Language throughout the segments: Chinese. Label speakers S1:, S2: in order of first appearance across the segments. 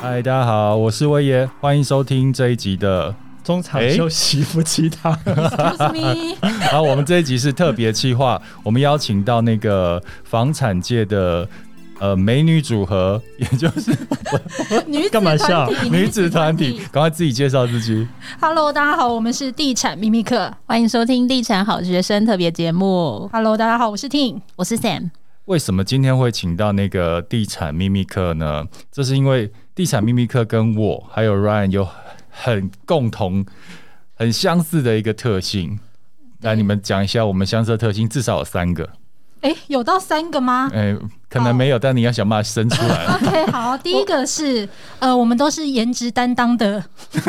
S1: 嗨，大家好，我是威爷，欢迎收听这一集的。
S2: 中场休息夫妻 档，
S3: Excuse me，
S1: 好，我们这一集是特别企划， 我们邀请到那个房产界的呃美女组合，也就是
S3: 女子
S2: 干嘛笑
S3: 团体
S1: 女子团体。赶快自己介绍自己。
S3: Hello，大家好，我们是地产秘密课。
S4: 欢迎收听《地产好学生》特别节目，
S3: Hello，大家好，我是 Ting。
S4: 我是 Sam。
S1: 为什么今天会请到那个地产秘密课呢？这是因为地产秘密课跟我还有 Ryan 有很共同、很相似的一个特性。来，你们讲一下我们相似的特性，至少有三个。
S3: 哎、有到三个 吗
S1: 哎、可能没有，但你要想办法生出来。
S3: ？OK，好，第一个是呃，我们都是颜值担当的，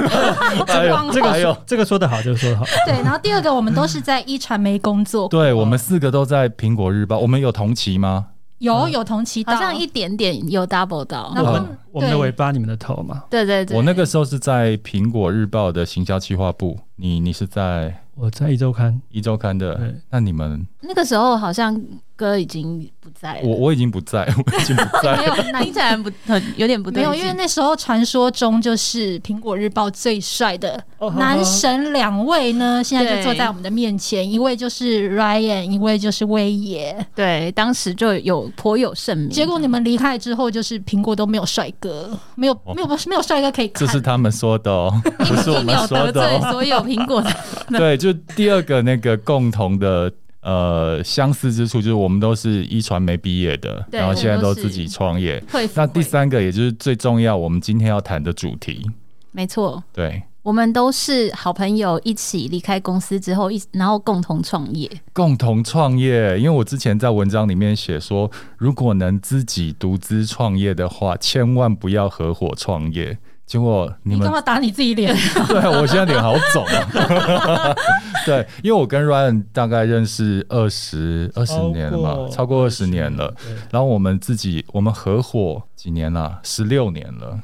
S1: 哎呦
S3: 光
S2: 这
S1: 哎
S2: 个
S1: 呦
S2: 说这个说得好，这个说得好。
S3: 对。然后第二个，我们都是在一传媒工 作，
S1: 对我们四个都在《苹果日报》，我们有同期吗？
S3: 有有同期到，
S4: 好像一点点有 double 到
S3: 那，
S2: 我
S1: 好
S2: 们我们的尾巴，你们的头嘛。
S4: 对对对，
S1: 我那个时候是在《苹果日报》的行销企划部，你你是在
S2: 我在一周刊，
S1: 一周刊的
S4: 嗯
S2: 对，
S1: 那你们
S4: 那个时候好像哥已经不在了，
S1: 我我已经不在， 我已经不在。
S3: 没有很难
S4: 听起来不很有点不
S3: 没
S4: 对
S3: 有，
S4: 劲，
S3: 因为那时候传说中就是《苹果日报》最帅的
S2: 哦好
S3: 男神两位呢，现在就坐在我们的面前，一位就是 Ryan，一位就是威爷。
S1: 嗯
S4: 对当时就有颇有盛名，
S3: 结果你们离开之后，就是苹果都没有帅哥，没有
S1: 哦
S3: 没有没有帅哥可以看。
S1: 这是他们说的 哦，不是我
S4: 一
S1: 们
S4: 秒
S1: 说
S4: 得
S1: 的
S4: 罪
S1: 哦。
S4: 所有苹果的，
S1: 对，就第二个那个共同的呃相似之处，就是我们都是一传媒毕业的，
S4: 对
S1: 然后现在
S4: 我
S1: 都
S4: 们都
S1: 自
S4: 是
S1: 己创业。
S4: 会
S1: 那第，三个，也就是最重要，我们今天要谈的主题，
S4: 没错，
S1: 对，
S4: 我们都是好朋友，一起离开公司之后，一然后共同创业，
S1: 共同创业。因为我之前在文章里面写说，如果能自己独资创业的话，千万不要合伙创业。结果你
S3: 你
S1: 们
S3: 干嘛打你自己脸？
S1: 对我现在脸好肿啊！ 对，因为我跟 Ryan 大概认识二十二十年了嘛，超哦过二十年了。。
S2: 对
S1: 然后我们自己，我们合伙几年了、十六年了。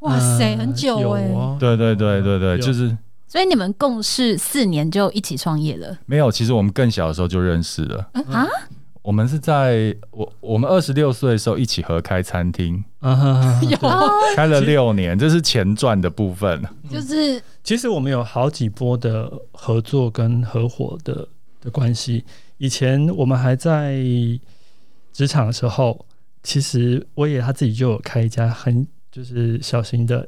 S3: 哇塞，
S1: 呃
S2: 嗯
S3: 很
S1: 啊
S3: 久哎、
S2: 有哦
S1: 对对对对对，
S2: 有
S1: 就是
S4: 所以你们共事四年就一起创业了，
S1: 没有。其实我们更小的时候就认识了
S3: 嗯
S4: 啊。
S1: 我们是在我我们二十六岁的时候一起合开餐厅，
S2: 啊哈哈哈
S3: 有哦，
S1: 开了六年，这是前传的部分。
S3: 就是
S2: 其实我们有好几波的合作跟合伙的的关系。以前我们还在职场的时候，其实我也他自己就有开一家很就是小型的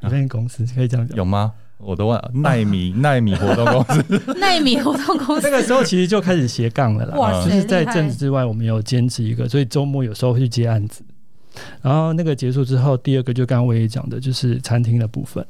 S1: 啊
S2: 有限公司，可以这样讲。
S1: 有吗？我都忘了，奈米
S2: 啊
S1: 奈米活动公 司，
S4: 奈米活动公 司
S2: 那个时候其实就开始斜杠了啦。
S3: 哇
S1: 嗯
S3: 塞，
S2: 就是在
S3: 厉害欸
S2: 正职之外，我们有兼职一个，所以周末有时候会去接案子。然后那个结束之后，第二个就刚刚我也讲的，就是餐厅的部分。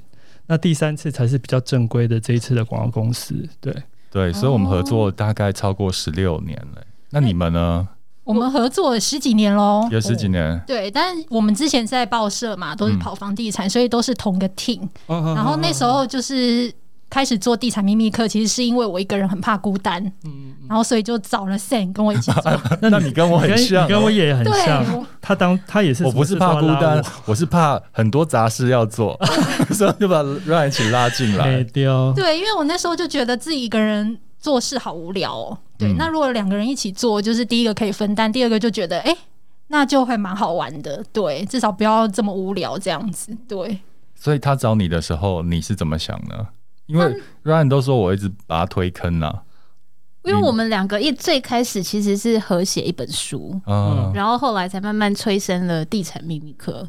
S2: 那第三次才是比较正规的这一次的广告公司，对，
S1: 对，所以我们合作大概超过十六年了、那你们呢？
S3: 我们合作了十几年
S2: 哎
S3: 喽。
S1: 有十几年，
S2: 哦
S3: 对，但我们之前是在报社嘛，都是
S1: 嗯
S3: 跑房地产，所以都是同个 team。
S1: 哦
S2: 然
S3: 然后那时候就是开始做地产秘密课，其实是因为我一个人很怕孤单，
S1: 嗯
S3: 然后所以就找了 Sam 跟我一起 做。
S1: 那你跟我很
S2: 跟
S1: 像、哦
S2: 你跟我也很
S3: 对
S2: 像
S3: 我，
S2: 他当他也是，
S1: 我不是怕孤单，
S2: 什么事都要拉我，
S1: 我是怕很多杂事要 做， 所以就把 Ryan 一起拉进
S2: 没
S1: 来。
S2: 丢，
S3: 对，因为我那时候就觉得自己一个人做事好无聊哦。对，
S1: 嗯
S3: 那如果两个人一起做，就是第一个可以分担，第二个就觉得哎、诶那就会蛮好玩的。对，至少不要这么无聊这样子。对，
S1: 所以他找你的时候，你是怎么想呢？因为 Ryan 都说我一直把他推坑啊了、
S4: 因为我们两个一最开始其实是合写一本书，
S1: 啊，嗯，
S4: 然后后来才慢慢催生了地产秘密课。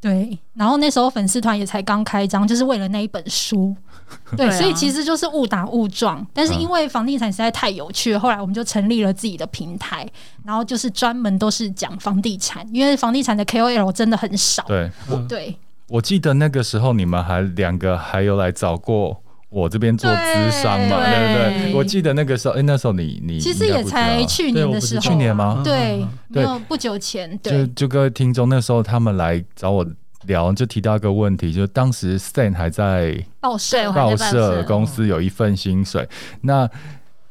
S3: 对，然后那时候粉丝团也才刚开张，就是为了那一本 书。对，
S4: 对啊
S3: 所以其实就是误打误撞，但
S1: 嗯
S3: 是因为房地产实在太有趣了，后来我们就成立了自己的平台，然后就是专门都是讲房地产，因为房地产的 KOL 真的很少。
S1: 对，
S2: 嗯
S3: 对
S1: 我记得那个时候你们还两个还有来找过。我这边做咨商嘛，
S4: 对
S1: 对不对？
S4: 对
S1: 我记得那个时候，哎、那时候你你
S3: 其实
S1: 应该
S3: 也
S1: 不知道
S3: 才去
S2: 对
S3: 年
S2: 我
S3: 的
S2: 不是
S3: 时候啊，
S1: 去年吗
S2: 嗯
S3: 对，没
S1: 对
S3: 有不久前，
S1: 就
S3: 对，
S1: 就各位听众，那时候他们来找我聊，就提到一个问题，就当时 Stan 还在
S3: 报
S4: 对
S3: 社
S4: 我还
S1: 报
S4: 在报
S1: 社
S4: 社
S1: 公司有一份薪水，那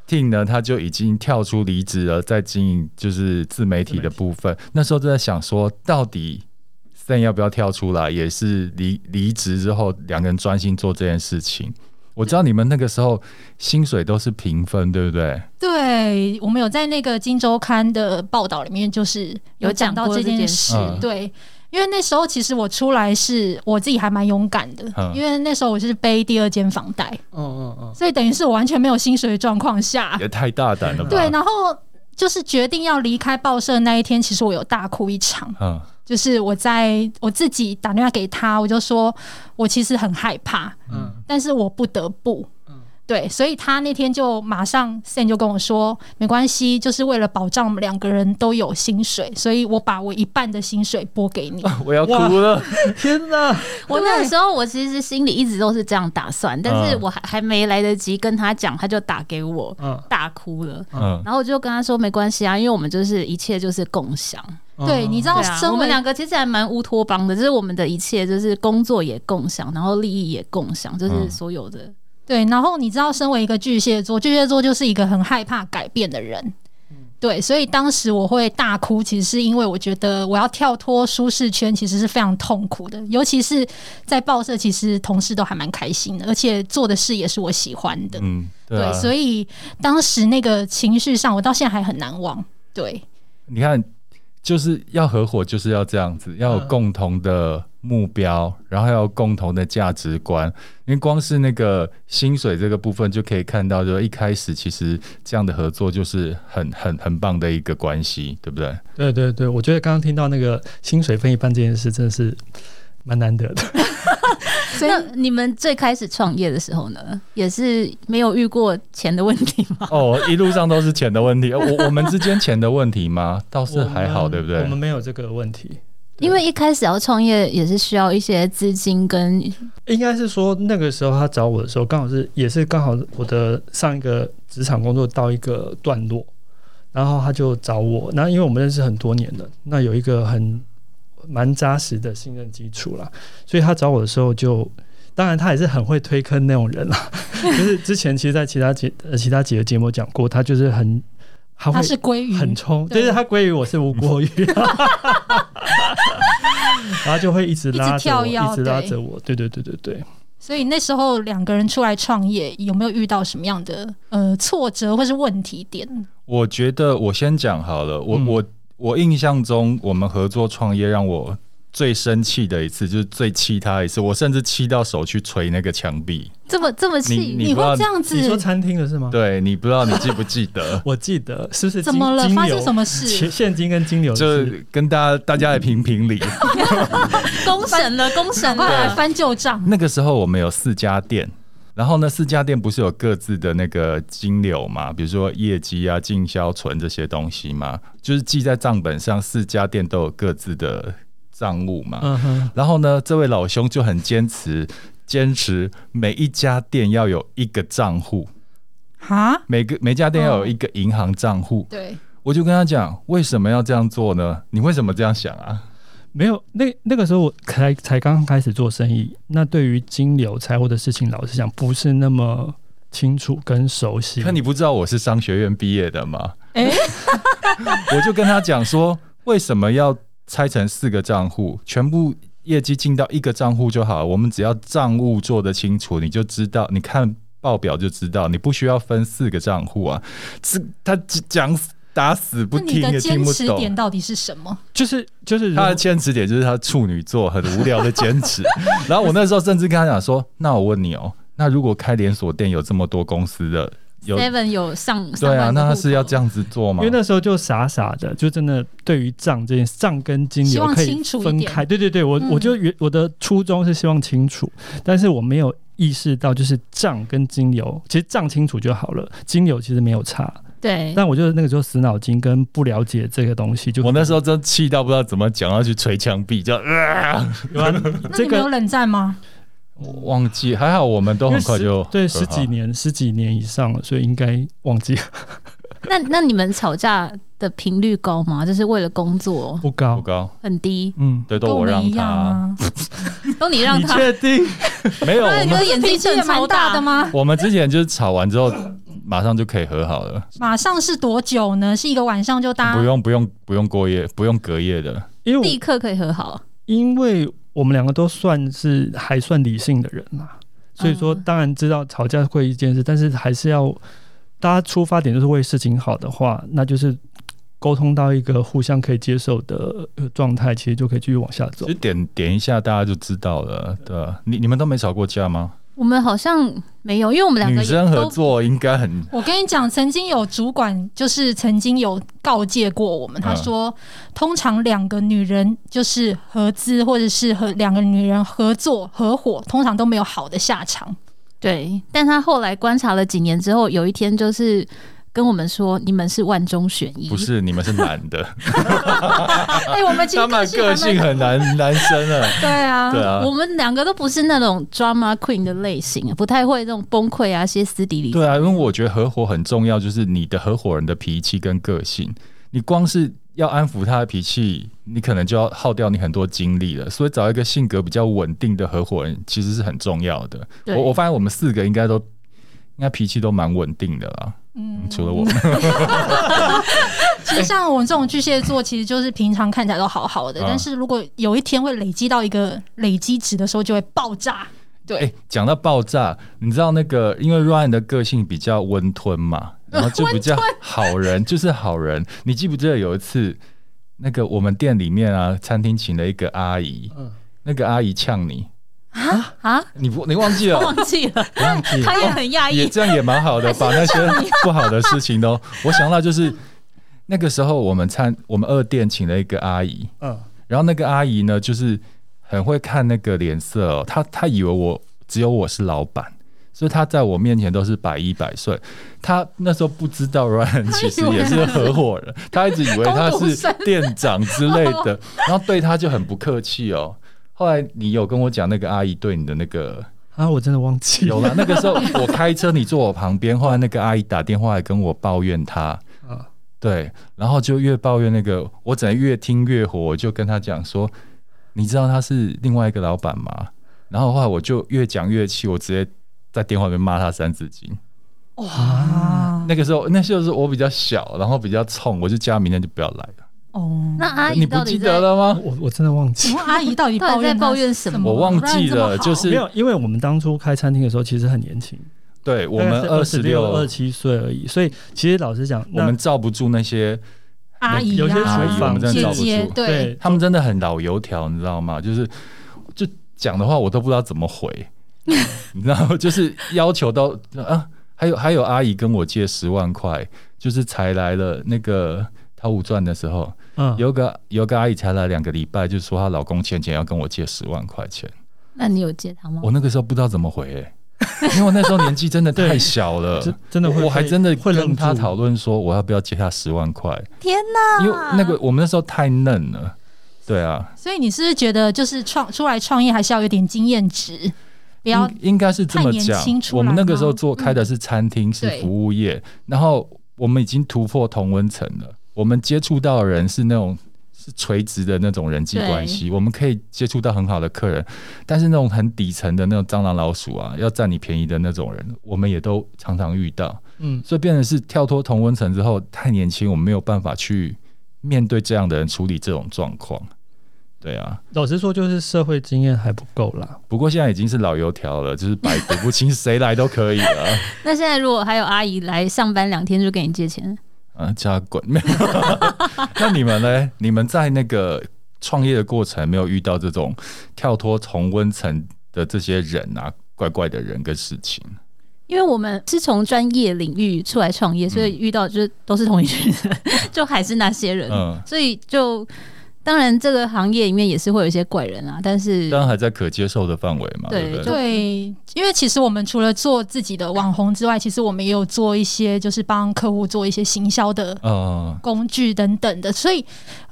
S1: Ting 呢他就已经跳出离职了，在经营就是自媒体的部分。那时候就在想说，到底 Stan 要不要跳出来，也是离离职之后两个人专心做这件事情。我知道你们那个时候薪水都是平分，对不对？
S3: 啊对，我们有在那个《金周刊》的报道里面，就是
S4: 有
S3: 有讲
S4: 讲
S3: 到
S4: 过
S3: 这
S4: 这件
S3: 事
S1: 事嗯。
S3: 对，因为那时候其实我出来是我自己还蛮勇敢的，
S1: 嗯
S3: 因为那时候我是背第二间房贷，
S1: 哦
S2: 嗯嗯
S3: 所以等于是我完全没有薪水的状况下，
S1: 也太大胆了吧？
S3: 对，，然后就是决定要离开报社那一天，其实我有大哭一场，
S1: 嗯
S3: 就是我在我自己打电话给他，我就说我其实很害怕，
S2: 嗯
S3: 但是我不得不
S2: 嗯。
S3: 对，所以他那天就马上 Sam 就跟我说，没关系，就是为了保障我们两个人都有薪水，所以我把我一半的薪水拨给
S4: 哦
S3: 你。
S1: 我要哭了，
S2: 嗯，天哪！
S4: 我那个时候我其实心里一直都是这样打算，但是
S1: 嗯
S4: 我还还没来得及跟他讲，他就打给我，
S2: 嗯，
S4: 大哭了。
S1: 嗯，
S4: 然后我就跟他说没关系啊，因为我们就是一切就是共享，
S3: 对，
S2: 嗯
S3: 你知
S4: 对
S3: 道，
S4: 啊，
S3: 身
S4: 我
S3: 为
S4: 们
S3: 两
S4: 两个其实还蛮乌托邦的，就是我们的一切就是工作也共享，然后利益也共享，就是
S1: 嗯
S4: 所有的。
S3: 对，然后你知道，身为一个巨蟹座，巨蟹座就是一个很害怕改变的人。对，所以当时我会大哭，其实是因为我觉得我要跳脱舒适圈，其实是非常痛苦的。尤其是在报社，其实同事都还蛮开心的，而且做的事也是我喜欢的。
S1: 嗯，对啊
S3: 对，，所以当时那个情绪上，我到现在还很难忘。对，
S1: 你看，就是要合伙，就是要这样子，要有
S2: 嗯
S1: 共同的目标，然后要有共同的价值观。因为光是那个薪水这个部分，就可以看到，就是一开始其实这样的合作就是很很很棒的一个关系，对不对？
S2: 对对对，我觉得刚刚听到那个薪水分一半这件事，真的是蛮难得的。
S3: 所以
S4: 那你们最开始创业的时候呢，也是没有遇过钱的问题吗？
S1: 哦，一路上都是钱的问题，呃我我们之间钱的问题吗？倒是
S2: 我们
S1: 还好，对不对
S2: 我？们没有这个问题，对
S4: 因为一开始要创业也是需要一些资金跟
S2: 应该是说那个时候他找我的时候，刚好是也是刚好我的上一个职场工作到一个段落，然后他就找我，那因为我们认识很多年了，那有一个很蛮扎实的信任基础啦，所以他找我的时候就。当然，他也是很会推坑那种人啦。就是之前，其实，在其他节呃其他几个节目讲过，他就是很，他会
S3: 他是鲑鱼，
S2: 很冲，
S3: 嗯对
S2: 就是他鲑鱼，我是无国 语，然后就会一直拉
S3: 一直
S2: 着
S3: 跳
S2: 我，
S3: 跃
S2: 一直拉着我，对对对对对。
S3: 所以那时候两个人出来创业，有没有遇到什么样的呃挫折或是问题点？
S1: 我觉得我先讲好了，我、
S2: 嗯
S1: 我我印象中我们合作创业让我最生气的一次，就是最气他一次，我甚至气到手去捶那个墙壁。
S4: 这么这
S1: 啊
S4: 么
S1: 你
S4: 细，
S1: 你不知
S3: 会
S1: 道
S3: 这样子？
S2: 你说餐厅的是吗？，？
S1: 对你不知道你记不记得
S2: 我记得是不是
S3: 怎么了？
S2: 金
S3: 发生什？么
S2: 金流钱
S3: 事？
S2: 现金跟金流的
S1: 就
S2: 事
S1: 跟大家大家来评评理。
S4: 公审了，公审
S3: 快
S1: 啊
S3: 来
S4: 了。
S3: 翻旧账！
S1: 那个时候我们有四家店，然后呢，四家店不是有各自的那个金流嘛，比如说业绩啊、进销存这些东西嘛，就是记在账本上，四家店都有各自的账务嘛。
S2: 嗯哼，
S1: 然后呢，这位老兄就很坚持，坚持每一家店要有一个账户，
S3: 哈，
S1: 每个每家店要有一个银行账户。
S3: 对，
S1: 我就跟他讲，为什么要这样做呢？你为什么这样想啊？
S2: 没有那那个时候我才才刚开始做生意，那对于金流财务的事情，老实讲不是那么清楚跟熟悉。
S1: 可你不知道我是商学院毕业的吗？
S3: 哎
S1: 我就跟他讲说，为什么要拆成四个账户，全部业绩进到一个账户就好了。我们只要账务做得清楚，你就知道，你看报表就知道，你不需要分四个账户啊。这他讲死打死不
S3: 那你
S1: 听，
S3: 的
S1: 也听
S3: 坚
S1: 不
S3: 持点
S1: 懂。
S3: 到底是什么？
S2: 就是就是如
S1: 他
S2: 果
S1: 的坚持点就是他处女座很无聊的坚 持。然后我那时候甚至跟他讲说：“那我问你哦，那如果开连锁店有这么多公司的，有
S4: Seven 有上上
S1: 对啊，
S4: 万个
S1: 那他
S4: 户
S1: 是要
S4: 头
S1: 这样子做吗？
S2: 因为那时候就傻傻的，就真的对于账这件事，账跟金
S3: 希
S2: 流
S3: 望
S2: 可以
S3: 清楚一
S2: 分
S3: 点
S2: 开。对对对，我、
S3: 嗯
S2: 我就原我的初衷是希望清楚，但是我没有意识到就是账跟金流，其实账清楚就好了，金流其实没有差。
S4: 对，
S2: 但我就是那个时候死脑筋跟不了解这个东西，就
S1: 我那时候真气到不知道怎么讲，要去捶墙壁，就、呃、
S2: 有啊
S3: 那
S2: 这
S3: 你们有
S2: 个。
S3: 冷战吗？
S1: 我忘记，还好我们都
S2: 因为
S1: 很快
S2: 十
S1: 就
S2: 对
S1: 和好
S2: 十 几年十几年以上了，所以应该忘记了
S4: 那那你们吵架的频率高吗？就是为了工作
S2: 不高
S1: 不。高，
S4: 很低，
S2: 嗯，
S1: 对，
S3: 跟
S1: 都我
S3: 们
S1: 让
S3: 一样
S1: 他
S3: 啊。哎
S4: 都你让
S2: 你
S4: 他，
S2: 确定？
S1: 没 有。
S4: 那
S1: 我
S4: 你的
S1: 们
S4: 眼
S3: 脾
S4: 睛
S3: 气也
S4: 正
S3: 蛮
S4: 超
S3: 大的？吗？
S1: 我们之前就是吵完之后，马上就可以和好了，
S3: 马上是多久呢？是一个晚上就搭
S1: 不？用不用不用过夜，不用隔夜的。
S2: 因为我
S4: 立刻可以和好，
S2: 因为我们两个都算是还算理性的人啦，所以说
S4: 嗯
S2: 当然知道吵架会一件事，但是还是要大家出发点就是为事情好的话，那就是沟通到一个互相可以接受的呃状态，其实就可以继续往下走
S1: 其实。点点一下，大家就知道了，对吧？你你们都没吵过架吗？
S4: 我们好像没有，因为我们两个
S1: 女
S4: 也
S1: 生合
S4: 都
S1: 作应该很
S3: 我跟你讲，曾经有主管就是曾经有告诫过我
S1: 嗯
S3: 们，他说，通常两个女人就是合资或者是和两个女人合作合伙，通常都没有好的下场。
S4: 对，但他后来观察了几年之后，有一天就是跟我们说，你们是万中选一，
S1: 不 是，你们是男的，
S3: 哎、我们其实
S1: 他们个
S3: 性还
S1: 性
S3: 蛮
S1: 很难男生啊。
S3: 对啊，
S1: 对啊
S4: 我们两个都不是那种 drama queen 的类型，不太会那种崩溃啊、歇斯底里。
S1: 对啊，因为我觉得合伙很重要，就是你的合伙人的脾气跟个性。你光是要安抚他的脾气，你可能就要耗掉你很多精力了。所以找一个性格比较稳定的合伙人，其实是很重要的。
S4: 对
S1: 我我发现我们四个应该都应该脾气都蛮稳定的啦，
S3: 嗯
S1: 除了我。
S3: 其实像我们这种巨蟹座，其实就是平常看起来都好好的，
S1: 啊
S3: 但是如果有一天会累积到一个累积值的时候，就会爆炸。
S1: 哎、讲到爆炸，你知道那个，因为 Ryan 的个性比较温吞 嘛，然后就比较好人，就是好人。你记不记得有一次，那个我们店里面啊，餐厅请了一个阿姨，
S2: 嗯，
S1: 那个阿姨呛你，
S4: 啊，
S1: 你不你忘记了？
S4: 忘记 了，
S2: 忘记
S4: 哦他也很讶
S1: 哦也
S4: 异。
S1: 这样也蛮好的，把那些不好的事情都，我想到就是那个时候我们餐我们二店请了一个阿姨，
S2: 嗯，
S1: 然后那个阿姨呢，就是很会看那个脸色哦，她她以为我只有我是老板，所以她在我面前都是百依百顺。她那时候不知道 Ryan 其实也是合伙人，她一直以为他
S3: 工读
S1: 是
S3: 生
S1: 店长之类的，然后对她就很不客气哦。后来你有跟我讲那个阿姨对你的那个
S2: 啊，我真的忘 记
S1: 有
S2: 了。
S1: 了，那个时候我开车你坐我旁边，后来那个阿姨打电话来跟我抱怨她，
S2: 啊
S1: 对，然后就越抱怨那个，我只能越听越火，我就跟他讲说，你知道他是另外一个老板吗？然后后来我就越讲越气，我直接在电话里面骂他三字经。
S3: 哇，
S1: 那个时候，那就是我比较小，然后比较冲，我就叫他明天就不要来了。
S3: 哦，
S4: 那阿姨
S1: 你不
S4: 到底
S1: 记
S4: 在
S1: 得了吗？
S2: 我我真的忘
S3: 请
S2: 记。
S3: 问阿姨到底
S4: 到底在
S3: 她
S4: 抱怨什么
S1: 我忘记了，就
S2: 没
S1: 是
S2: 有，因为我们当初开餐厅的时候其实很年轻，
S1: 对我们二十
S2: 六、二
S1: 六，
S2: 七岁而已，所以其实老实讲，
S1: 我
S2: 那
S1: 们罩不住那些，
S3: 阿姨、啊、
S2: 有些
S1: 厨房真的
S3: 姐
S1: 罩不
S3: 姐
S1: 住，
S2: 对
S1: 他们真的很老油条，你知道吗？就是就讲的话，我都不知道怎么 回，你知道吗，就是要求到啊，还有还有阿姨跟我借十万块，就是才来了那个《陶武传》的时候，
S2: 嗯，
S1: 有个有个阿姨才来两个礼拜，就说她老公前前要跟我借十万块钱，
S4: 那你有接他吗？
S1: 我那个时候不知道怎么回、欸。因为我那时候年纪真的太小 了
S2: 真，真的会
S1: 我我还真的
S2: 会
S1: 跟
S2: 愣
S1: 他
S2: 住
S1: 讨论说我要不要借他十万块，
S4: 天哪！
S1: 因为那个我们那时候太嫩了，对啊，
S3: 所以你是不是觉得就是创出来创业还是要有点经验值，不要
S1: 应应该是这么
S3: 太
S1: 讲
S3: 年轻。出来
S1: 我们那个时候
S3: 吗
S1: 做开的是餐厅，是服务业，然后我们已经突破同温层了。我们接触到的人是那种是垂直的那种人际关系，我们可以接触到很好的客人，但是那种很底层的那种蟑螂老鼠啊，要占你便宜的那种人，我们也都常常遇到。
S2: 嗯，
S1: 所以变成是跳脱同温层之后，太年轻，我们没有办法去面对这样的人，处理这种状况。对啊，
S2: 老实说，就是社会经验还不够啦。
S1: 不过现在已经是老油条了，就是百毒不侵，谁来都可以了。
S4: 那现在如果还有阿姨来上班两天就给你借钱，
S1: 啊，叫他滚！没有 那你们呢？你们在那个创业的过程，没有遇到这种跳脱同温层的这些人啊，怪怪的人跟事情？
S4: 因为我们是从专业领域出来创业，
S1: 嗯
S4: 所以遇到就是都是同一群 人，就还是那些人，
S1: 嗯，
S4: 所以就当然这个行业里面也是会有一些怪人啊，但是
S1: 当然还在可接受的范围嘛，对
S4: 对
S1: 不对？
S3: 对，因为其实我们除了做自己的网红之外，其实我们也有做一些就是帮客户做一些行销的
S1: 嗯，。
S3: 工具等等的，所以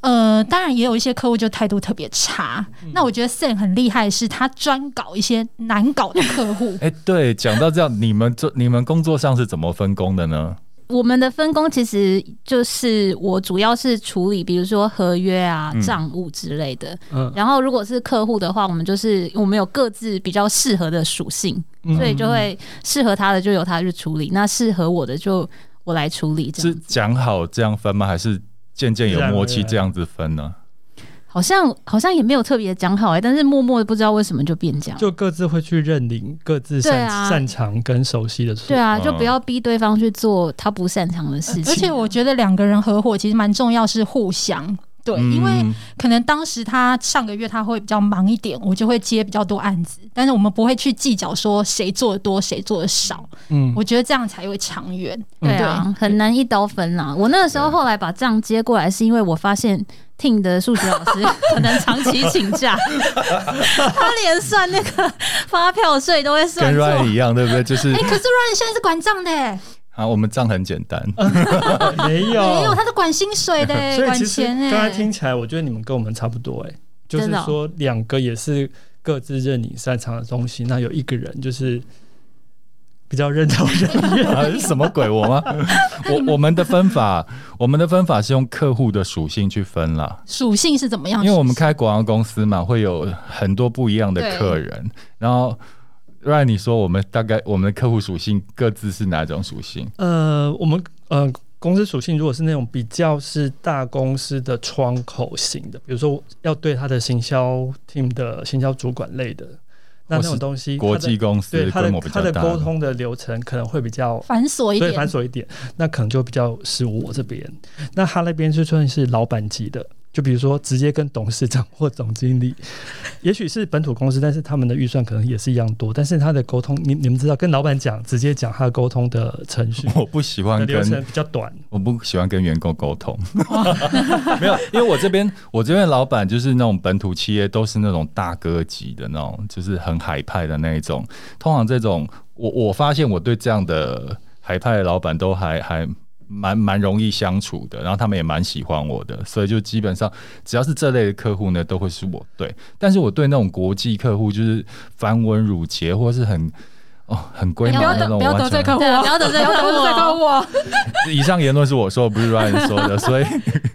S3: 呃，当然也有一些客户就态度特别差。
S2: 嗯
S3: 那我觉得 Sam 很厉害的是，他专搞一些难搞的客 户
S1: 哎、对，讲到这样，你们做你们工作上是怎么分工的呢？
S4: 我们的分工其实就是我主要是处理，比如说合约啊
S1: 嗯、
S4: 账务之类的。
S2: 嗯，
S4: 然后如果是客户的话，我们就是我们有各自比较适合的属性，
S2: 嗯
S4: 所以就会适合他的就由他去处理，那适合我的就我来处理。这
S1: 是
S4: 样，
S1: 讲好这样分吗？还是渐渐有默契这样子分呢？
S4: 好像好像也没有特别讲好哎、但是默默的不知道为什么就变这样。
S2: 就各自会去认领各自
S4: 对
S2: 擅、
S4: 啊
S2: 擅长跟熟悉的事。
S4: 对啊，就
S1: 嗯
S4: 不要逼对方去做他不擅长的事
S2: 啊
S4: 情。
S3: 而且我觉得两个人合伙其实蛮重要，是互相。对，因为
S1: 嗯
S3: 可能当时他上个月他会比较忙一点，我就会接比较多案子，但是我们不会去计较说谁做的多谁做的少，
S2: 嗯，
S3: 我觉得这样才会长远。
S4: 对啊，很难一刀分啦。我那个时候后来把账接过来，是因为我发现 Ting 的数学老师可能长期请假，他连算那个发票税都会算
S1: 跟
S4: 错。
S1: Ryan 一样，对不对？就是
S3: 哎、可是 Ryan 现在是管账的、哎
S1: 啊，我们账很简单，
S2: 哦没
S3: 没 有，
S2: 有。
S3: 哎他是管薪水的、
S2: 所以
S3: 管
S2: 其实
S3: 钱哎、
S2: 刚才听起来，我觉得你们跟我们差不多哎、就是
S4: 欸真的哦
S2: 说两个也是各自认你擅长的东西，那有一个人就是比较认同认你
S1: 啊，是什么鬼我 吗？我我们的分法，我们的分法是用客户的属性去分啦，
S3: 属性哦是怎么样？
S1: 因为我们开广告公司嘛，会有很多不一样的客人，然后。Ryan，你说我们大概我们的客户属性各自是哪种属性？
S2: 呃，我们呃公司属性如果是那种比较是大公司的窗口型的，比如说要对他的行销 team 的行销主管类的，那
S1: 或
S2: 那
S1: 是
S2: 种东西，
S1: 国
S2: 它的
S1: 际公司
S2: 对他
S1: 规
S2: 的
S1: 模比
S2: 他
S1: 较
S2: 的
S1: 大
S2: 沟
S1: 的，
S2: 通的流程可能会比较
S3: 繁琐一
S2: 所以
S3: 点，
S2: 繁琐一点，那可能就比较失误我这边。那他那边就算是老板级的，就比如说直接跟董事长或总经理， 也许是本土公司，但是他们的预算可能也是一样多，但是他的沟通，你你们知道，跟老板讲，直接讲他的沟通的程序
S1: 我不喜
S2: 的
S1: 欢
S2: 流
S1: 跟
S2: 程比较 短。
S1: 我不喜欢跟员工沟通，没有，因为我这边我这边的老板就是那种本土企业，都是那种大哥级的那种，就是很海派的那一种。通常这种，我我发现我对这样的海派的老板都还还蛮蛮容易相处的，然后他们也蛮喜欢我的，所以就基本上只要是这类的客户呢，都会是我对。但是我对那种国际客户，就是繁文缨节或是很。哦，很龟毛
S3: 不要
S1: 的那
S3: 得
S1: 种，
S3: 不要得罪客 户
S4: 对啊
S3: 哦，
S4: 不要得罪客户哦
S3: 不要得罪客户哦。
S1: 以上言论是我说的，不是 Ryan 说的，所以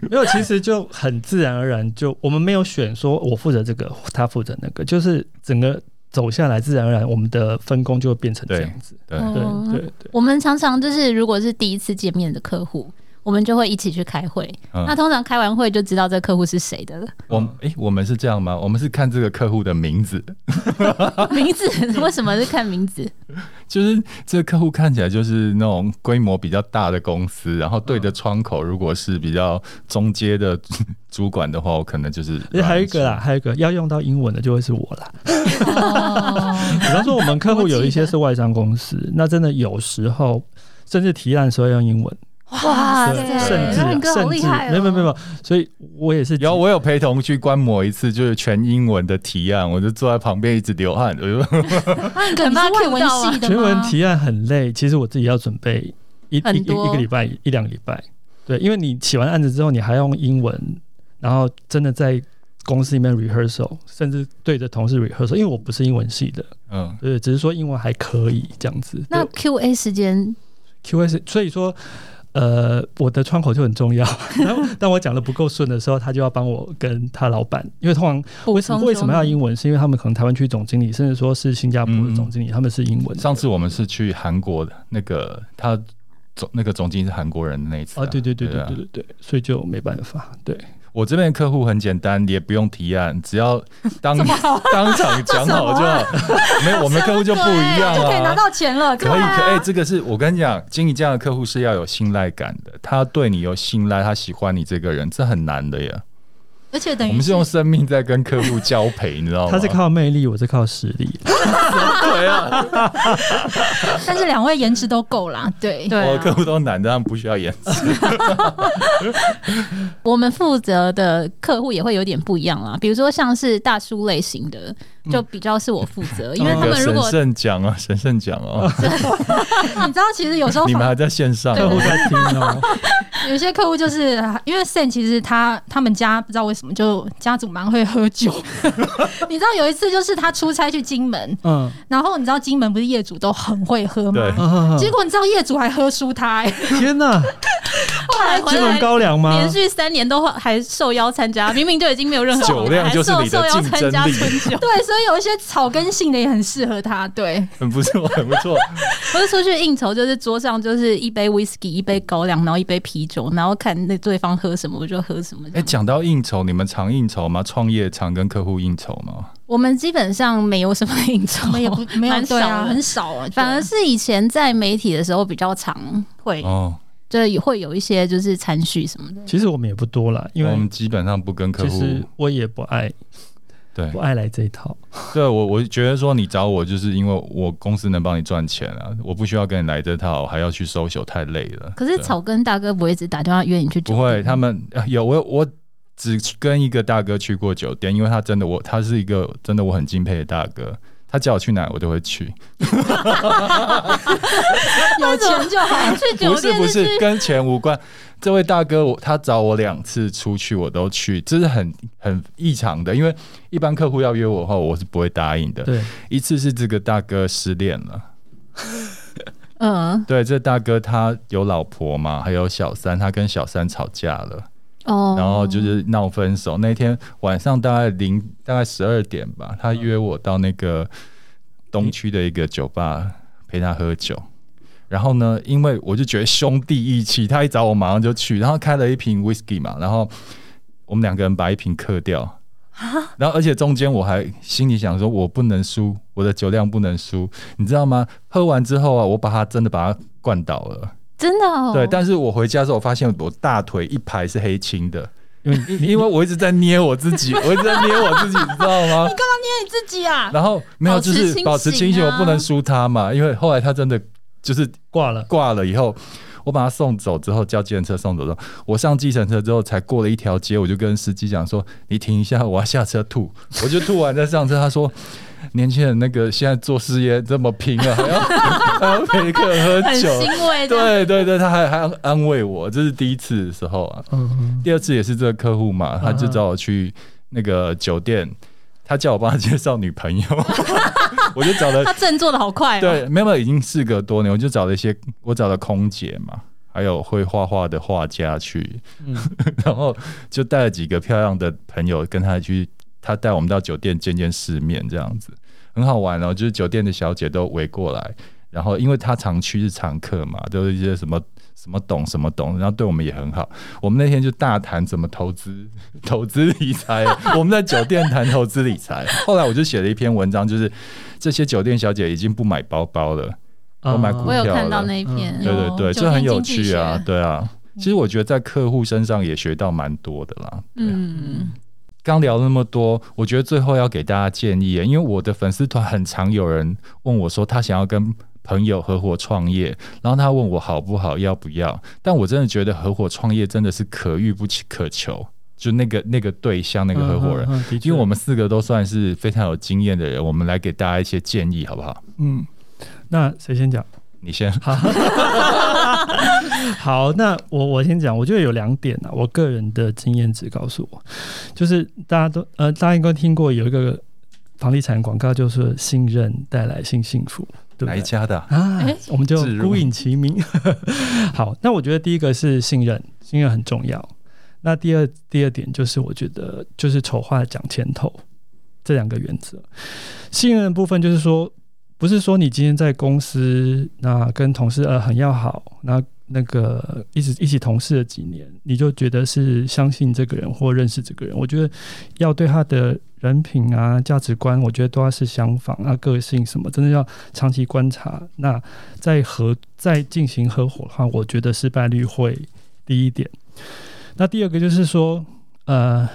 S2: 没有，其实就很自然而然就，我们没有选说我负责这个，他负责那个，就是整个走下来，自然而然我们的分工就会变成这样子。
S1: 对
S4: 嗯
S2: 对
S4: 哦
S2: 对对，
S4: 我们常常就是，如果是第一次见面的客户，我们就会一起去开会。
S1: 嗯
S4: 那通常开完会就知道这客户是谁的了。
S1: 我诶、我们是这样吗？我们是看这个客户的名字，
S2: 啊
S4: 名 字为什么是看名字？
S1: 就是这个客户看起来就是那种规模比较大的公司，然后对着窗口，如果是比较中阶的主管的话，我可能 就是
S2: 而且还有一个啦，，还有一个要用到英文的就会是我 啦。
S4: 哦，
S2: 比方说，我们客户有一些是外商公司，那真的有时候甚至提案的时候要用英文，
S4: 哇
S2: 对
S4: 塞，
S2: 甚至、
S4: Ryan
S2: 啊、
S4: 哥好
S2: 甚
S4: 厉
S2: 至
S4: 害、哦！
S2: 没有没有没有，所以我也是
S1: 然后我有陪同去观摩一次，就是全英文的提案，我就坐在旁边一直流汗，我 就
S4: 啊
S3: 那个你是外文系的
S2: 全文
S3: 吗？
S2: 提案很累，其实我自己要准备一一
S4: 很
S2: 一一
S4: 多
S2: 个礼拜一两个礼拜，对，因为你写完案子之后，你还用英文，然后真的在。公司里面 rehearsal，甚至对着同事 rehearsal，因为我不是英文系的，
S1: 嗯，
S2: 对，只是说英文还可以这样子。
S4: 那 Q A 时间
S2: QS，所以说，呃，我的窗口就很 重要。然后，当我讲的不够顺的时候，他就要帮我跟他老板，因为通常
S4: 补
S2: 为什
S4: 充
S2: 么为什么要英文，是因为他们可能台湾区总经理，甚至说是新加坡的总经理，他们是英文的。
S1: 上次我们是去韩国的那个他总那个总经理是韩国人的那一次
S2: 啊，对对对对
S1: 啊
S2: 对对对，所以就没办法。对，
S1: 我这边的客户很简单，也不用提案，只要当 当场讲好就好。没有，我们客户就不一样
S3: 就可以拿
S1: 啊。
S3: 到钱了，
S1: 可以，可以，哎、这个是我跟你讲，经营这样的客户是要有信赖感的，他对你有信赖，他喜欢你这个人，这很难的呀。
S3: 啊而且等
S1: 我
S3: 于
S1: 们是用生命在跟客户交配，你知道吗？
S2: 他 是靠魅力，我是靠实力。
S1: 对啊，
S3: 但是两位颜值都够啦，对。
S4: 对啊、
S2: 哦
S1: 我的客户都男的，他们不需要颜值。
S4: 我们负责的客户也会有点不一样啦，比如说像是大叔类型的，
S2: 嗯
S4: 就比较是我负责，因为他
S1: 那
S2: 哦
S1: 个
S4: 们如
S1: 神
S4: 果
S1: 圣奖啊，神圣奖哦，
S3: 你知道，其实有时候
S1: 你们还在线上、
S2: 客户
S1: 哦，
S2: 在听哦，
S3: 有些客户就是因为 Sam，其实他他们家不知道为什么就家族蛮会 喝酒。你知道有一次就是他出差去金门，
S2: 嗯
S3: 然后你知道金门不是业主都很会喝吗？
S1: 对
S2: 嗯嗯，嗯
S3: 哎 结果你知道业主还喝输他、欸，
S2: 天哪，
S3: 后
S4: 后来回
S2: 基隆
S4: 来
S2: 高粱吗？
S4: 连续三年都还受邀参加，明明就已经没有任何
S1: 酒量
S4: 还
S1: 就是
S4: 受
S1: 你的
S4: 受邀
S1: 竞
S4: 参
S1: 争
S4: 加
S1: 力
S4: 春 酒。
S3: 对，所以有一些草根性的也很适合他。对，
S1: 很不错，很不错。
S4: 不是出去应酬，就是桌上就是一杯 whisky，一杯高粱，然后一杯啤酒，然后看那对方喝什么我就喝什么。
S1: 哎、讲到应酬，你们常应酬吗？创业常跟客户应酬吗？
S4: 我们基本上没有什么应酬，
S3: 我们也不没有
S4: 哦蛮
S3: 对
S4: 少
S3: 啊，
S4: 的
S3: 很少啊，
S4: 反而
S3: 对
S4: 是以前在媒体的时候比较常会，
S1: 哦，啊
S4: 就是也会有一些就是餐叙什么的。
S2: 其实我们也不多啦，因
S1: 我
S2: 为
S1: 们基本上不跟客
S2: 其
S1: 户。
S2: 实我也不爱
S1: 对
S2: 不爱来这一套。
S1: 对我，我觉得说你找我，就是因为我公司能帮你赚钱啊，我不需要跟你来这套，还要去搜求，太累了。
S4: 可是
S1: 对
S4: 草根大哥不会一直打电话约你去酒
S1: 不
S4: 店，
S1: 会，他们呃有我我只跟一个大哥去过酒店，因为他真的我他是一个真的我很敬佩的大哥，他叫我去哪我都会去。
S3: 有钱就好。
S4: 去酒
S1: 不是
S4: 店
S1: 不
S4: 去
S1: 是跟钱无关，这位大哥我他找我两次出去我都去，这是很很异常的，因为一般客户要约我的话我是不会答应的。
S2: 对，
S1: 一次是这个大哥失恋了。
S4: 嗯
S1: 对，这大哥他有老婆嘛，还有小三，他跟小三吵架了，
S4: 哦，
S1: 然后就是闹分手。那天晚上大概零大概十二点吧，他约我到那个东区的一个酒吧陪他喝酒。然后呢，因为我就觉得兄弟义气，他一找我马上就去，然后开了一瓶 whisky 嘛，然后我们两个人把一瓶喝掉。然后，而且中间我还心里想说，我不能输，我的酒量不能输，你知道吗？喝完之后啊，我把他真的把他灌倒了。
S4: 真的哦，
S1: 对，但是我回家之后，我发现我大腿一排是黑青的，
S2: 因为
S1: 因因为我一直在捏我自己，我一直在捏我自己，你知道吗？
S3: 那你自己啊，
S1: 然后没有，
S4: 保持
S1: 就是
S4: 清
S1: 保持
S4: 醒
S1: 清醒，我不
S4: 啊
S1: 能输他嘛，因为后来他真的就是
S2: 挂了，
S1: 挂了以后，我把他送走之后，叫计程车送走之后，我上计程车之后，才过了一条街，我就跟司机讲说：“你停一下，我要下车吐。”我就吐完再上车。他说：“年轻人，那个现在做事业这么拼啊，还要还要陪客人喝
S4: 很
S1: 酒。”
S4: 欣慰的。
S1: 对对对，他还还安慰我，这是第一次的时候啊。
S2: 嗯嗯，
S1: 第二次也是这个客户嘛，他就找我去那个酒店，他叫我帮他介绍女朋友， 我就找了
S4: 他振作的好快、哦，，
S1: 对，没有没有，已经事隔多年，我就找了一些，我找了空姐嘛，还有会画画的画家去，
S2: 嗯
S1: 然后就带了几个漂亮的朋友跟他去，他带我们到酒店见见世面，这样子很好玩哦。就是酒店的小姐都围过来，然后因为他常去是常客嘛，都是一些什么。什么懂什么懂，然后对我们也很好。我们那天就大谈怎么投资、 投资理财。我们在酒店谈投资理财。后来我就写了一篇文章，就是这些酒店小姐已经不买包包了，我
S2: 嗯
S1: 买股
S4: 我有看
S1: 跳
S4: 到
S1: 了
S4: 那一篇，
S1: 嗯对对对，
S3: 有
S1: 这很有
S3: 嗯哦酒店经济
S1: 趣啊
S3: 学，嗯
S1: 对啊。其实我觉得在客户身上也学到蛮多的啦。
S4: 嗯，
S1: 刚聊了那么多，我觉得最后要给大家建议，因为我的粉丝团很常有人问我说，他想要跟朋友合伙创业，然后他问我好不好，要不要？但我真的觉得合伙创业真的是可遇不可求，就那个那个对象那
S2: 那
S1: 个合伙人，，
S2: 嗯嗯的确
S1: 因为我们四个都算是非常有经验的人，我们来给大家一些建议，好不好？
S2: 嗯，那谁先讲？
S1: 你先，
S2: 好，那我我先讲，我觉得有两点啊，我个人的经验值告诉我，就是大家都呃，大家应该听过有一个房地产广告，就是信任带来新幸福，对不
S1: 哪一
S2: 对？
S1: 家的啊、
S2: 啊，我们就
S1: 置入
S2: 孤影其名。 好，那我觉得第一个是信任，信任很重要。那第二第二点就是，我觉得就是丑话讲前头这两个原则。信任的部分就是说，不是说你今天在公司那跟同事呃很要好，那那个一直一起同事了几年，你就觉得是相信这个人或认识这个人。我觉得要对他的人品啊、价值观，我觉得都要是相仿啊，个性什么，真的要长期观察。那在合在进行合伙的话，我觉得失败率会低一点。那第二个就是说，呃，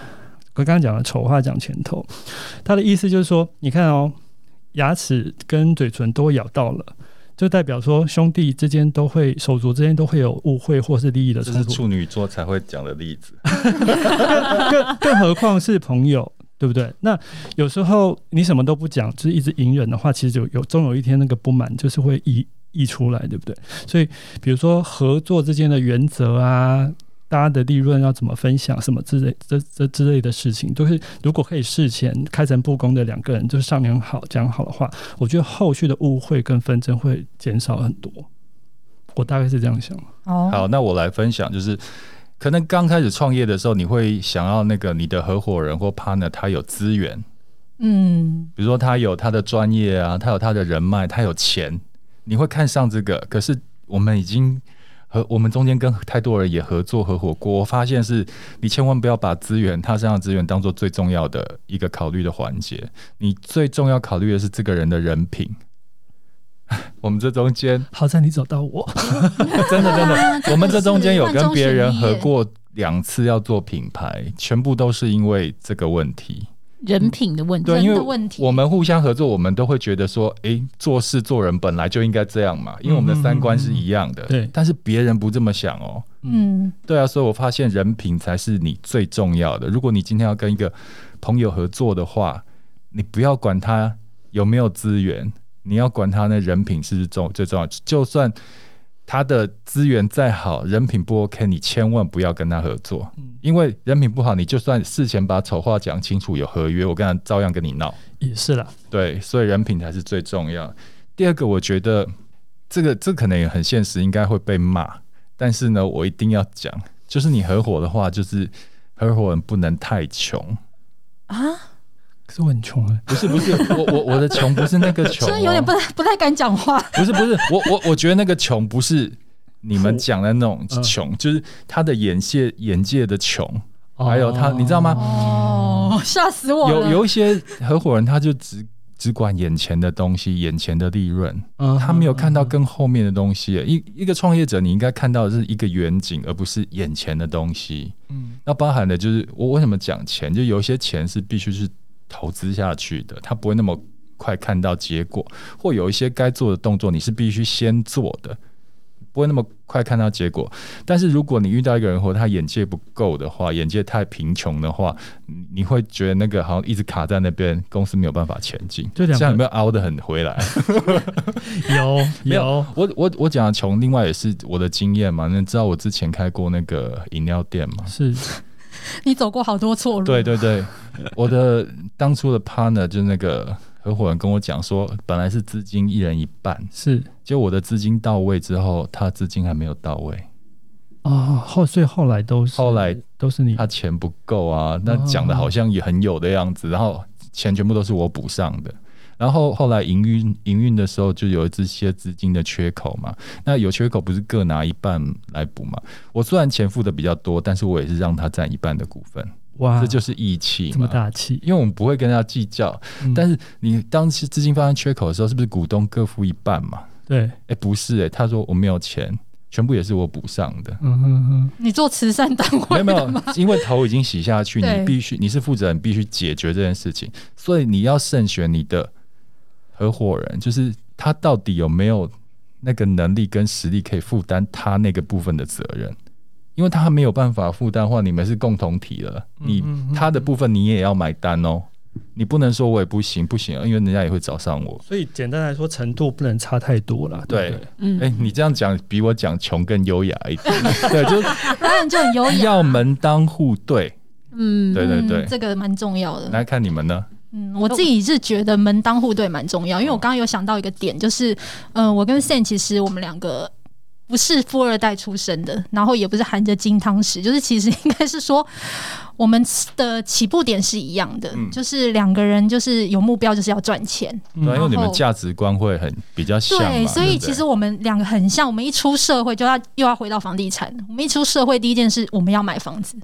S2: 我刚刚讲的丑话讲前头，他的意思就是说，你看哦，牙齿跟嘴唇都会咬到了。就代表说，兄弟之间都会手足之间都会有误会或是利益的
S1: 这
S2: 冲
S1: 是
S2: 突，
S1: 处女座才会讲的例子。
S2: 更更何况是朋友，对不对？那有时候你什么都不讲，就是一直隐忍的话，其实有有终有一天那个不满就是会溢溢出来，对不对？所以比如说合作之间的原则啊。大家的利润要怎么分享，什么之类这这之类的事情，都、是如果可以事前开诚布公的两个人就是商量好讲好的话，我觉得后续的误会跟纷争会减少很多。我大概是这样想。
S3: 哦，
S1: 好，那我来分享，就是可能刚开始创业的时候，你会想要那个你的合伙人或 partner 他有资源，
S3: 嗯，
S1: 比如说他有他的专业啊，他有他的人脉，他有钱，你会看上这个。可是我们已经和我们中间跟太多人也合作合伙过，我发现是你千万不要把资源他身上的资源当做最重要的一个考虑的环节，你最重要考虑的是这个人的人品。我们这中间
S2: 好在你找到我，
S1: 真的真
S3: 啊
S1: 的，我们这中间有跟别人合
S3: 万中选一耶
S1: 过两次要做品牌，全部都是因为这个问题。
S2: 嗯
S4: 人品的问题。
S1: 对，因
S3: 人的
S1: 为
S3: 问题
S1: 我们互相合作，我们都会觉得说，诶，做事做人本来就应该这样嘛，因为我们的三观是一样的。
S2: 嗯嗯嗯对
S1: 但是别人不这么想哦。
S3: 嗯，
S1: 对啊，所以我发现人品才是你最重要的。如果你今天要跟一个朋友合作的话，你不要管他有没有资源，你要管他那人品是不是重最重要。就算他的资源再好，人品不 OK，你千万不要跟他合作，因为人品不好，你就算事前把丑话讲清楚，有合约，我跟他照样跟你闹。
S2: 也是啦。
S1: 对，所以人品才是最重要。第二个，我觉得这个这可能也很现实，应该会被骂，但是呢，我一定要讲，就是你合伙的话，就是合伙人不能太穷。
S4: 啊
S2: 可是我很穷啊，
S1: 不是不是， 我我我的穷不是那个穷、
S3: 虽
S1: 哦，
S3: 然有点不太不太敢讲话，
S1: 不是不是，我我我觉得那个穷不是你们讲的那种
S2: 嗯
S1: 穷，就是他的眼界眼界的穷，还有他，你知道吗？
S3: 哦，吓死我
S1: 有
S3: 了，
S1: 有一些合伙人，他就只只管眼前的东西，眼前的利润，
S2: 嗯
S1: 他没有看到更后面的东西。一一个创业者，你应该看到的是一个远景，而不是眼前的东西。
S2: 嗯
S1: 那包含的就是我为什么讲钱，就有一些钱是必须是投资下去的，他不会那么快看到结果，或有一些该做的动作你是必须先做的，不会那么快看到结果。但是如果你遇到一个人或他眼界不够的话，眼界太贫穷的话，你你会觉得那个好像一直卡在那边，公司没有办法前进，这
S2: 就两个
S1: 样有没有凹得很回来？
S2: 有
S1: 没
S2: 有
S1: 我我我讲的穷，另外也是我的经验嘛。那你知道我之前开过那个饮料店嘛？
S2: 是
S3: 你走过好多错路，
S1: 对，对对，我的当初的 partner 就是那个合伙人跟我讲说，本来是资金一人一半，
S2: 是
S1: 结果我的资金到位之后，他资金还没有到位，
S2: 啊，后所以后来都是
S1: 后来
S2: 都是你
S1: 他钱不够啊，那讲的好像也很有的样子，然后钱全部都是我补上的。然后后来营运营运的时候，就有这些资金的缺口嘛。那有缺口不是各拿一半来补嘛？我虽然钱付的比较多，但是我也是让他占一半的股份，
S2: 哇，
S1: 这就是义气
S2: 啊这么
S1: 嘛。
S2: 大气，
S1: 因为我们不会跟他计较，
S2: 嗯
S1: 但是你当时资金发生缺口的时候，是不是股东各付一半嘛？
S2: 对，。
S1: 哎、不是哎、他说我没有钱，全部也是我补上的
S2: 嗯哼哼，
S3: 你做慈善单
S1: 没
S3: 位
S1: 有没有，因为头已经洗下去，
S3: 对
S1: 你必须你是负责人，必须解决这件事情，所以你要慎选你的合伙人，就是他到底有没有那个能力跟实力可以负担他那个部分的责任，因为他没有办法负担的话，你们是共同体了，你
S2: 嗯嗯嗯
S1: 他的部分你也要买单哦，你不能说我也不行不行，因为人家也会找上我。
S2: 所以简单来说，程度不能差太多了，
S1: 对
S2: 不，
S4: 嗯
S1: 哎、你这样讲比我讲穷更优雅一点。对，就是
S3: 当然就很优雅，
S1: 要门当户对。
S4: 嗯，
S1: 对对对
S3: 哦嗯，这个蛮重要的。
S1: 来看你们呢？
S3: 嗯，我自己是觉得门当户对蛮重要，因
S1: 哦
S3: 为我刚刚有想到一个点，就是，嗯、我跟 Sam 其实我们两个不是富二代出身的，然后也不是含着金汤匙，就是其实应该是说我们的起步点是一样的，
S1: 嗯
S3: 就是两个人就是有目标，就是要赚钱。
S2: 嗯
S1: 对啊，因为你
S3: 然
S1: 们
S3: 后
S1: 价值观会很比较像嘛。
S3: 对，所以
S1: 不
S3: 其实我们两个很像，我们一出社会就要又要回到房地产。我们一出社会，第一件事我们要买房子，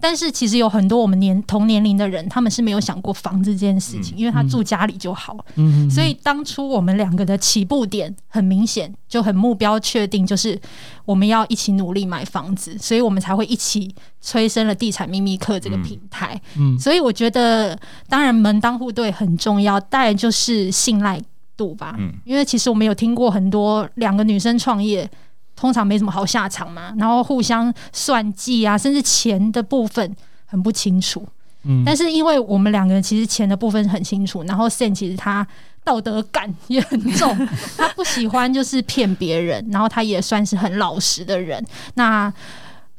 S3: 但是其实有很多我们年同年龄的人，他们是没有想过房子这件事
S1: 嗯
S3: 情，因为他住家里就好。
S2: 嗯，嗯
S3: 所以当初我们两个的起步点很明显，就很目标确定，就是我们要一起努力买房子，所以我们才会一起催生了地产秘密课这个平台。
S2: 嗯
S3: 所以我觉得，当然门当户对很重要，当然就是信赖度吧。
S1: 嗯
S3: 因为其实我们有听过很多两个女生创业。通常没什么好下场嘛，然后互相算计啊，甚至钱的部分很不清楚。
S2: 嗯
S3: 但是因为我们两个人其实钱的部分很清楚，然后 Sam 其实他道德感也很重， 他不喜欢就是骗别人，然后他也算是很老实的人。那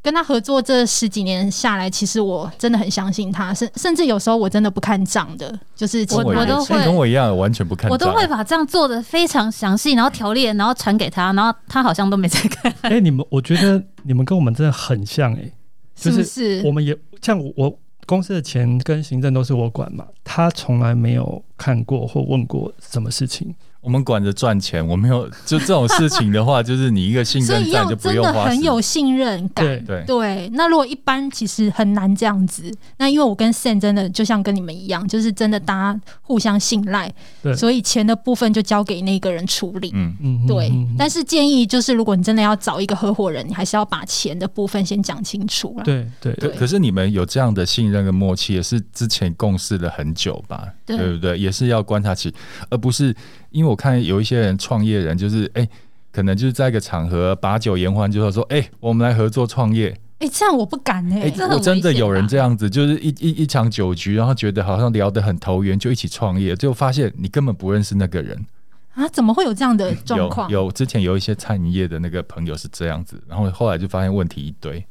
S3: 跟他合作这十几年下来，其实我真的很相信他，甚甚至有时候我真的不看账的，就是
S1: 跟
S3: 请
S1: 我
S4: 我
S3: 他
S1: 一样
S4: 都会
S1: 跟我一样完全不看账，
S4: 我都会把这样做的非常详细，然后条列，然后传给他，然后他好像都没在看，
S2: 哎、你们，我觉得你们跟我们真的很像哎、就是
S3: 不是？
S2: 我们也像我我公司的钱跟行政都是我管嘛，他从来没有看过或问过什么事情。
S1: 我们管着赚钱，我没有就这种事情的话，就是你一个信
S3: 所
S1: 任
S3: 以
S1: 在
S3: 要
S1: 就不
S3: 真
S1: 用
S3: 的
S1: 花时
S3: 很
S1: 间。
S3: 有信任感。
S2: 对，
S1: 对，
S3: 对，那如果一般其实很难这样子。那因为我跟 Sam 真的就像跟你们一样，就是真的大家互相信赖
S2: 对，
S3: 所以钱的部分就交给那个人处理。
S1: 嗯，
S2: 嗯，
S3: 对，
S2: 嗯
S3: 但是建议就是，如果你真的要找一个合伙人，你还是要把钱的部分先讲清楚啦。
S2: 对对
S1: 可
S3: 对
S1: 可是你们有这样的信任跟默契，也是之前共事了很久吧？
S4: 对
S1: 不对？也是要观察期，而不是因为我看有一些人创业人，就是哎、可能就是在一个场合把酒言欢，就是说哎、我们来合作创业。
S3: 哎、这样我不敢哎、
S1: 哎、
S4: 这很
S1: 我真的有人
S4: 危险吧
S1: 这样子，就是一一一场酒局，然后觉得好像聊得很投缘，就一起创业，就发现你根本不认识那个人。
S3: 啊，怎么会有这样的状
S1: 有
S3: 况？
S1: 有之前有一些餐饮业的那个朋友是这样子，然后后来就发现问题一堆。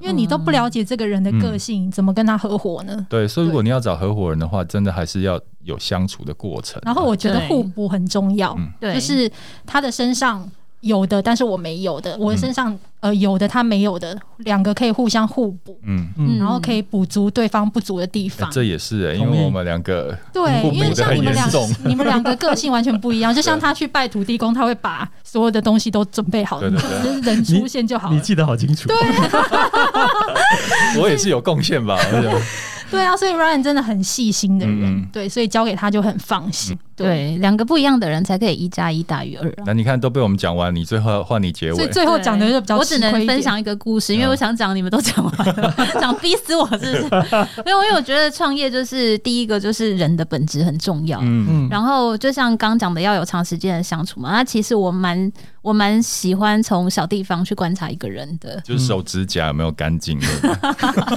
S3: 因为你都不了解这个人的
S2: 嗯
S3: 个性，怎么跟他合伙呢？
S1: 对，所以如果你要找合伙人的话，真的还是要有相处的过程。啊
S3: 然后我觉得
S4: 对
S3: 互补很重要，
S1: 嗯
S4: 对，
S3: 就是他的身上有的，但是我没有
S1: 嗯
S3: 的；我的身上、呃有的，他没有的，两个可以互相互补，
S1: 嗯，
S2: 嗯
S3: 然后可以补足对方不足的地
S1: 哎
S3: 方。
S1: 这也是、哎，因
S2: 同意
S1: 为我们两个
S3: 对
S1: 互，
S3: 因为
S1: 补得
S3: 像
S1: 很
S3: 你们
S1: 严
S3: 两
S1: 重
S3: 你们两个个性完全不一样，就像他去拜土地公，他会把所有的东西都准备好，
S1: 对对对
S3: 就是人出现就好
S2: 你
S3: 了。
S2: 记得好清楚。对，
S1: 我也是有贡献 吧？我想
S3: 对啊，所以 Ryan 真的很细心的人，
S1: 嗯嗯嗯
S3: 对，所以交给他就很放心。对，
S4: 对两个不一样的人才可以一加一大于二啊。
S1: 那你看都被我们讲完，你最后换你结
S3: 所以
S1: 尾。
S3: 最后讲的就比较
S4: 我只
S3: 吃亏
S4: 能
S3: 一
S4: 分
S3: 点。
S4: 享一个故事，因为我想讲你们都讲完了，想逼死我是 不是？没有，因为我觉得创业就是第一个就是人的本质很重要，
S1: 嗯，
S2: 嗯，
S4: 然后就像刚讲的，要有长时间的相处嘛。那其实我蛮我蛮喜欢从小地方去观察一个人的，
S1: 就是手指甲有没有干净？对不对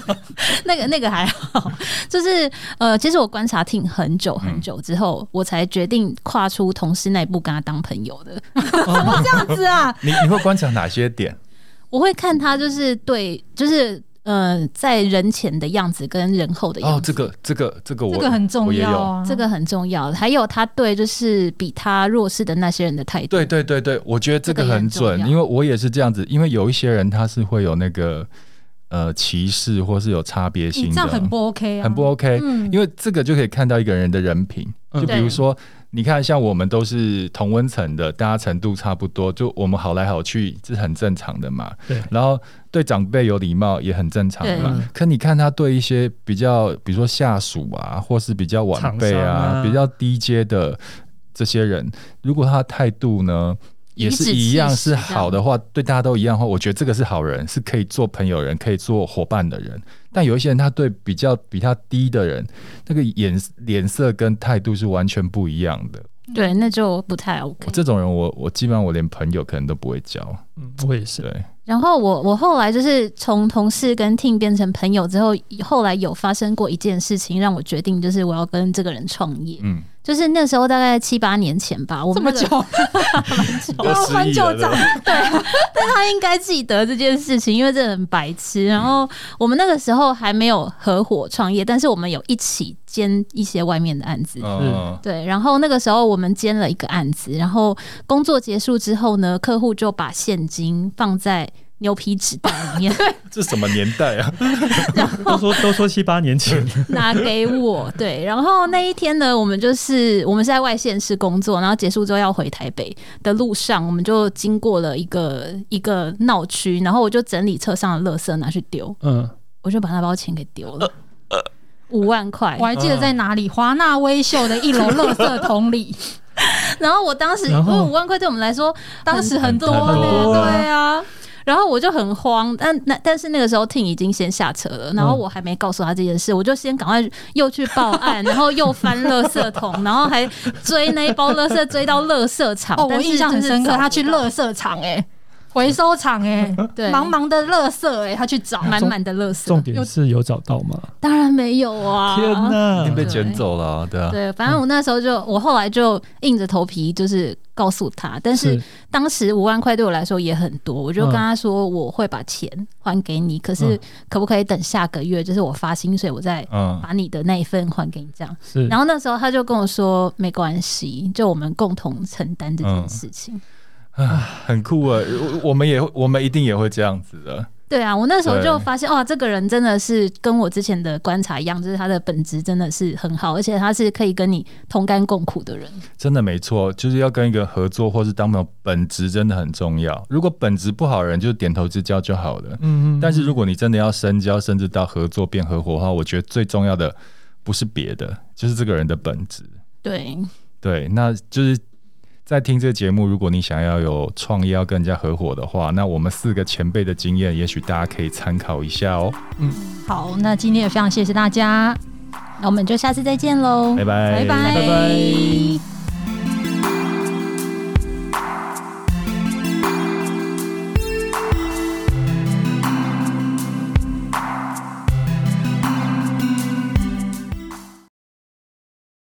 S4: 那个那个还好，就是呃，其实我观察挺很久很久之后，我才决定跨出同事那一步，跟他当朋友的。
S3: 这样 子啊，
S1: 你你会观察哪些点？
S4: 我会看他就是对，就是呃，在人前的样子跟人后的样
S1: 哦，
S4: 子。
S1: 这个这个这个我
S3: 这个很重
S1: 我也
S3: 要
S1: 有。
S3: 啊。
S4: 这个很重要，还有他对就是比他弱势的那些人的态度，
S1: 对对对对，我觉得这
S4: 这个
S1: 个
S4: 也
S1: 很
S4: 很重
S1: 准，
S4: 要
S1: 因为我也是这样子，因为有一些人他是会有那个呃歧视或是有差别
S3: 你
S1: 心
S3: 嗯这
S1: 的，
S3: 样很不 OK 啊，
S1: 很不 OK，、
S3: 嗯
S1: 因为这个就可以看到一个人的人品。
S2: 嗯
S1: 就比如
S4: 对
S1: 说，你看像我们都是同温层的，大家程度差不多，就我们好来好去是很正常的嘛。
S2: 对
S1: 然后对长辈有礼貌也很正常嘛
S2: 对。嗯
S1: 可你看他对一些比较，比如说下属啊，或是比较晚辈
S2: 厂商
S1: 啊，
S2: 啊
S1: 比较低阶的这些人，如果他的态度呢？也
S4: 颐
S1: 是
S4: 指
S1: 一
S4: 气
S1: 样
S4: 使
S1: 是
S4: 这
S1: 好
S4: 样
S1: 的话，对大家都一样的话，我觉得这个是好人，是可以做朋友人，可以做伙伴的人。但有一些人，他对比较比他低的人，那个眼脸色跟态度是完全不一样的。
S4: 对，那就不太 OK
S1: 我。这种人我，我基本上我连朋友可能都不会交。
S2: 嗯我也是。
S1: 对，
S4: 然后我我后来就是从同事跟 team 变成朋友之后，后来有发生过一件事情，让我决定就是我要跟这个人创业。
S1: 嗯，
S4: 就是那时候大概七八年前吧，我
S3: 这
S4: 们
S3: 么
S4: 那个
S3: 久，
S1: 都 失忆了
S3: 翻旧账，
S4: 他应该记得这件事情，因为这很白痴。然后我们那个时候还没有合伙创业，但是我们有一起兼一些外面的案子。
S1: 嗯，
S4: 对，然后那个时候我们兼了一个案子，然后工作结束之后呢，客户就把现金放在牛皮纸袋里面，
S1: 这什么年代 啊？
S2: 都说都说七八年前，
S4: 拿给我。对，然后那一天呢，我们就是我们是在外县市工作，然后结束之后要回台北的路上，我们就经过了一个一个闹区，然后我就整理车上的垃圾拿去丢，
S2: 嗯，
S4: 我就把那包钱给丢了，五万块
S3: 我。还记得在哪里，华纳威秀的一楼垃圾桶里，
S4: 然后我当时，
S2: 然
S4: 因
S2: 后
S4: 为五万块对我们来说，
S3: 当时很多
S1: 很
S3: 呢，
S1: 多啊
S3: 对啊，
S4: 然后我就很慌，但那但是那个时候 Ting 已经先下车了，
S2: 嗯
S4: 然后我还没告诉他这件事，我就先赶快又去报案， 然后又翻垃圾桶，然后还追那一包垃圾追到垃圾场。
S3: 哦，我
S4: 但是
S3: 印象很
S4: 就是
S3: 深刻，
S4: 找不
S3: 他去
S4: 到
S3: 垃圾场哎、回收厂哎、
S4: 对
S3: 茫茫的垃圾哎、他去找，
S4: 满满的垃
S2: 重
S4: 圾，
S2: 点是有找到吗？
S4: 当然没有啊！
S2: 天哪
S1: 已经！被捡走了啊，对啊，
S4: 对，反正我那时候就，我后来就硬着头皮就是告诉他，但是
S2: 是
S4: 当时五万块对我来说也很多，我就
S2: 嗯
S4: 跟他说我会把钱还给你，可是
S2: 嗯
S4: 可不可以等下个月，就是我发薪水，我再
S1: 嗯，
S4: 把你的那一份还给你这样。
S2: 是，
S4: 然后那时候他就跟我说没关系，就我们共同承担这件事
S2: 嗯
S4: 情。
S1: 很酷啊，我我们也会我们一定也会这样子的，
S4: 对啊，我那时候就
S1: 对
S4: 发现，哇，这个人真的是跟我之前的观察一样，就是他的本质真的是很好，而且他是可以跟你同甘共苦的人。
S1: 真的没错，就是要跟一个合作或是当朋友，本质真的很重要。如果本质不好的人，就点头之交就好了。
S2: 嗯
S1: 但是如果你真的要深交，甚至到合作变合伙的话，我觉得最重要的不是别的，就是这个人的本质。
S4: 对，
S1: 对，那就是在听这个节目，如果你想要有创业要跟人家合伙的话，那我们四个前辈的经验，也许大家可以参考一下哦。
S3: 好，那今天也非常谢谢大家。
S4: 那我们就下次再见喽，
S1: 拜拜，
S4: 拜
S3: 拜拜